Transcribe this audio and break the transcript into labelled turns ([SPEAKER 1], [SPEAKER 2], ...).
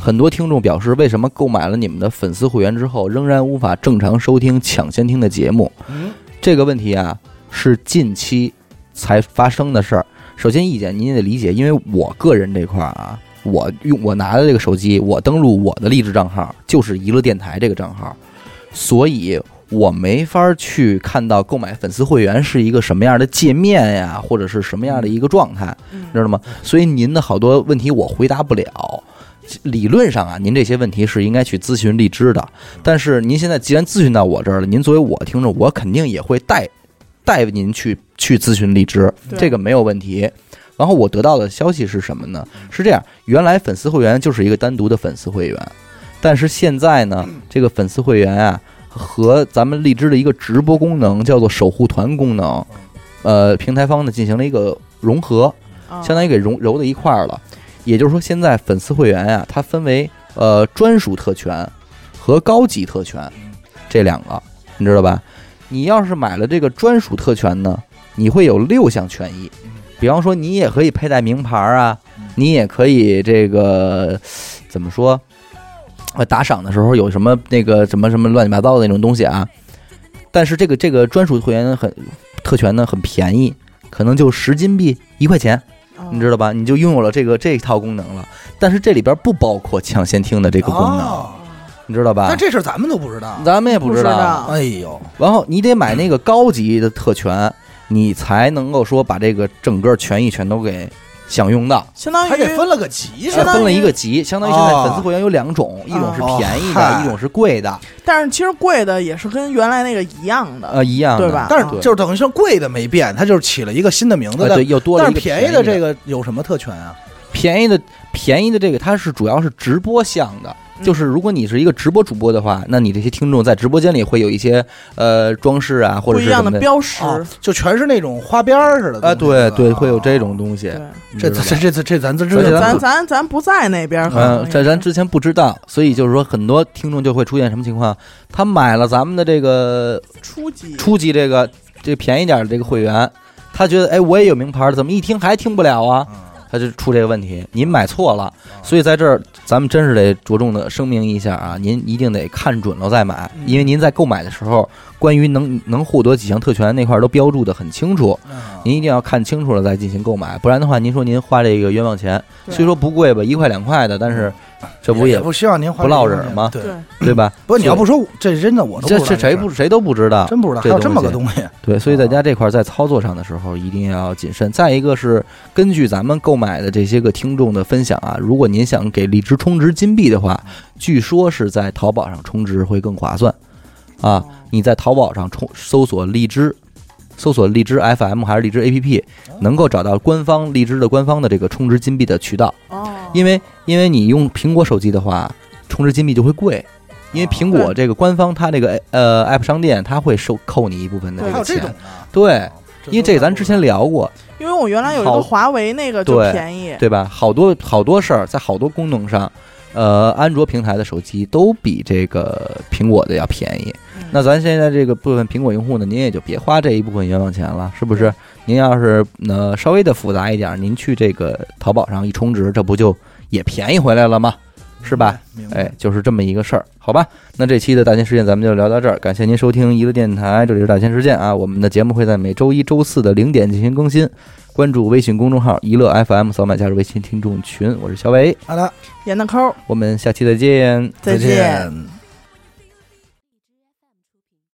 [SPEAKER 1] 很多听众表示，为什么购买了你们的粉丝会员之后，仍然无法正常收听抢先听的节目？
[SPEAKER 2] 嗯，
[SPEAKER 1] 这个问题啊，是近期才发生的事儿。首先，意见您也得理解，因为我个人这块儿啊，我用我拿的这个手机，我登录我的荔枝账号，就是娱乐电台这个账号，所以我没法去看到购买粉丝会员是一个什么样的界面呀，或者是什么样的一个状态，
[SPEAKER 3] 嗯
[SPEAKER 1] 知道吗？所以您的好多问题我回答不了。理论上啊，您这些问题是应该去咨询荔枝的，但是您现在既然咨询到我这儿了，您作为我听众，我肯定也会带带您去去咨询荔枝，
[SPEAKER 3] 对
[SPEAKER 1] 这个没有问题。然后我得到的消息是什么呢？是这样，原来粉丝会员就是一个单独的粉丝会员，但是现在呢，这个粉丝会员啊和咱们荔枝的一个直播功能叫做守护团功能，呃，平台方呢进行了一个融合，
[SPEAKER 3] 啊
[SPEAKER 1] 相当于给揉揉到一块儿了。也就是说，现在粉丝会员啊，它分为呃专属特权和高级特权这两个，你知道吧？你要是买了这个专属特权呢，你会有六项权益，比方说你也可以佩戴名牌儿啊，你也可以这个怎么说？呃，打赏的时候有什么那个什么什么乱七八糟的那种东西啊？但是这个这个专属会员很特权呢很便宜，可能就十金币一块钱，
[SPEAKER 3] 嗯
[SPEAKER 1] 你
[SPEAKER 3] 哦
[SPEAKER 1] 知道吧？你就拥有了这个这一套功能了，但是这里边不包括抢先听的这
[SPEAKER 2] 这
[SPEAKER 1] 个功能，你知道吧
[SPEAKER 2] 哦那？这事儿咱们都不知道。
[SPEAKER 1] 咱们也不
[SPEAKER 3] 不
[SPEAKER 1] 知道。
[SPEAKER 3] 道
[SPEAKER 2] 哎呦，
[SPEAKER 1] 然后你得买那个高级的特权，你才能够说把这个整个权益全都给享用到。
[SPEAKER 3] 相当于
[SPEAKER 2] 还得分了个级是
[SPEAKER 3] 相
[SPEAKER 1] 呃
[SPEAKER 2] 吧？
[SPEAKER 3] 当于
[SPEAKER 1] 分了一个级，相当于现在粉丝会员有两种，一种是便宜的，
[SPEAKER 2] 哦嗨
[SPEAKER 1] 一种是贵的，
[SPEAKER 3] 但是其实贵的也是跟原来那个一样的，
[SPEAKER 1] 呃，一样的，
[SPEAKER 3] 对吧
[SPEAKER 2] 但是就是等于说贵的没变，它就是起了一个新的名字
[SPEAKER 1] 呃，
[SPEAKER 2] 但
[SPEAKER 1] 对，又多了
[SPEAKER 2] 但
[SPEAKER 1] 一个
[SPEAKER 2] 是便宜
[SPEAKER 1] 的
[SPEAKER 2] 的这个有什么特权啊？
[SPEAKER 1] 便宜的便宜的这个，它是主要是直播项的，
[SPEAKER 3] 嗯
[SPEAKER 1] 就是如果你是一个直播主播的话，那你这些听众在直播间里会有一些呃装饰啊，或
[SPEAKER 3] 不
[SPEAKER 1] 者
[SPEAKER 3] 一
[SPEAKER 1] 是
[SPEAKER 3] 样
[SPEAKER 1] 什
[SPEAKER 3] 的
[SPEAKER 1] 么的。
[SPEAKER 3] 标识。
[SPEAKER 2] 哦，就全是那种花边儿似的
[SPEAKER 1] 啊，
[SPEAKER 2] 东西
[SPEAKER 1] 对
[SPEAKER 2] 是吧
[SPEAKER 1] 对，会有这种东西
[SPEAKER 3] 对，，
[SPEAKER 1] 你
[SPEAKER 2] 这
[SPEAKER 1] 知道
[SPEAKER 2] 这
[SPEAKER 1] 吧
[SPEAKER 2] 这这这这咱这
[SPEAKER 1] 而且
[SPEAKER 2] 这
[SPEAKER 3] 咱
[SPEAKER 1] 不
[SPEAKER 3] 咱咱不在那边，可能
[SPEAKER 1] 嗯，这咱
[SPEAKER 3] 也是
[SPEAKER 1] 之前不知道，所以就是说，很多听众就会出现什么情况？他买了咱们的这个
[SPEAKER 3] 初级
[SPEAKER 1] 初级这个这个便宜点儿的这个会员，他觉得哎，我也有名牌儿，怎么一听还听不了啊？
[SPEAKER 2] 嗯
[SPEAKER 1] 他就出这个问题，您买错了。所以在这儿，咱们真是得着重的声明一下啊，您一定得看准了再买，
[SPEAKER 2] 嗯
[SPEAKER 1] 因为您在购买的时候，关于能能获得几项特权那块儿都标注的很清楚，
[SPEAKER 2] 嗯
[SPEAKER 1] 您一定要看清楚了再进行购买，不然的话，您说您花这个冤枉钱，
[SPEAKER 3] 对
[SPEAKER 1] 虽说不贵吧，一块两块的，但是这不
[SPEAKER 2] 嗯也
[SPEAKER 1] 也
[SPEAKER 2] 不希望您花
[SPEAKER 1] 不落
[SPEAKER 2] 这个
[SPEAKER 1] 人
[SPEAKER 2] 钱
[SPEAKER 1] 吗
[SPEAKER 2] 对，
[SPEAKER 3] 对
[SPEAKER 1] 对吧？
[SPEAKER 2] 不过你要不说，这真的我都
[SPEAKER 1] 这
[SPEAKER 2] 不知道
[SPEAKER 1] 这谁
[SPEAKER 2] 事儿
[SPEAKER 1] 不谁都不知道，
[SPEAKER 2] 真不知道还
[SPEAKER 1] 这
[SPEAKER 2] 有这么
[SPEAKER 1] 东
[SPEAKER 2] 个
[SPEAKER 1] 西
[SPEAKER 2] 东西？
[SPEAKER 1] 对，所以
[SPEAKER 2] 哦
[SPEAKER 1] 大家这块儿在操作上的时候一定要谨慎。再一个是根据咱们购买的这些个听众的分享啊，如果您想给荔枝充值金币的话，据说是在淘宝上充值会更划算啊。你在淘宝上充搜索荔枝，搜索荔枝 FM 还是荔枝 APP，能
[SPEAKER 2] 哦
[SPEAKER 1] 够找到官方荔枝的官方的这个充值金币的渠道。
[SPEAKER 3] 哦，
[SPEAKER 1] 因为因为你用苹果手机的话，充值金币就会贵，因
[SPEAKER 2] 哦
[SPEAKER 1] 为苹果这个官方它这个呃 App 商店它会收扣你一部分的
[SPEAKER 2] 还
[SPEAKER 3] 对
[SPEAKER 1] 个
[SPEAKER 2] 有这种
[SPEAKER 1] 钱。
[SPEAKER 2] 的，
[SPEAKER 1] 对，
[SPEAKER 2] 都
[SPEAKER 1] 因为这咱之前聊过，
[SPEAKER 3] 因为我原来有一
[SPEAKER 1] 好
[SPEAKER 3] 个华为那个就
[SPEAKER 1] 对
[SPEAKER 3] 便宜，
[SPEAKER 1] 对吧？好多好多事儿，在好多功能上，呃，安卓平台的手机都比这个苹果的要便宜。
[SPEAKER 3] 嗯
[SPEAKER 1] 那咱现在这个部分苹果用户呢，您也就别花这一部分冤枉钱了，是不是？您要是呃稍微的复杂一点，您去这个淘宝上一充值，这不就也便宜回来了吗？是吧？？
[SPEAKER 2] 嗯明白
[SPEAKER 1] 哎，，就是这么一个事儿，好吧？那这期的大千世界咱们就聊到这儿，感谢您收听娱乐电台，这里是大千世界啊。我们的节目会在每周一周四的零点进行更新，关注微信公众号“娱乐 FM”，扫码加入微信听众群。我是小伟，
[SPEAKER 2] 好的，
[SPEAKER 3] 严的抠儿，
[SPEAKER 1] 我们下期再见。
[SPEAKER 3] 再见。
[SPEAKER 2] 见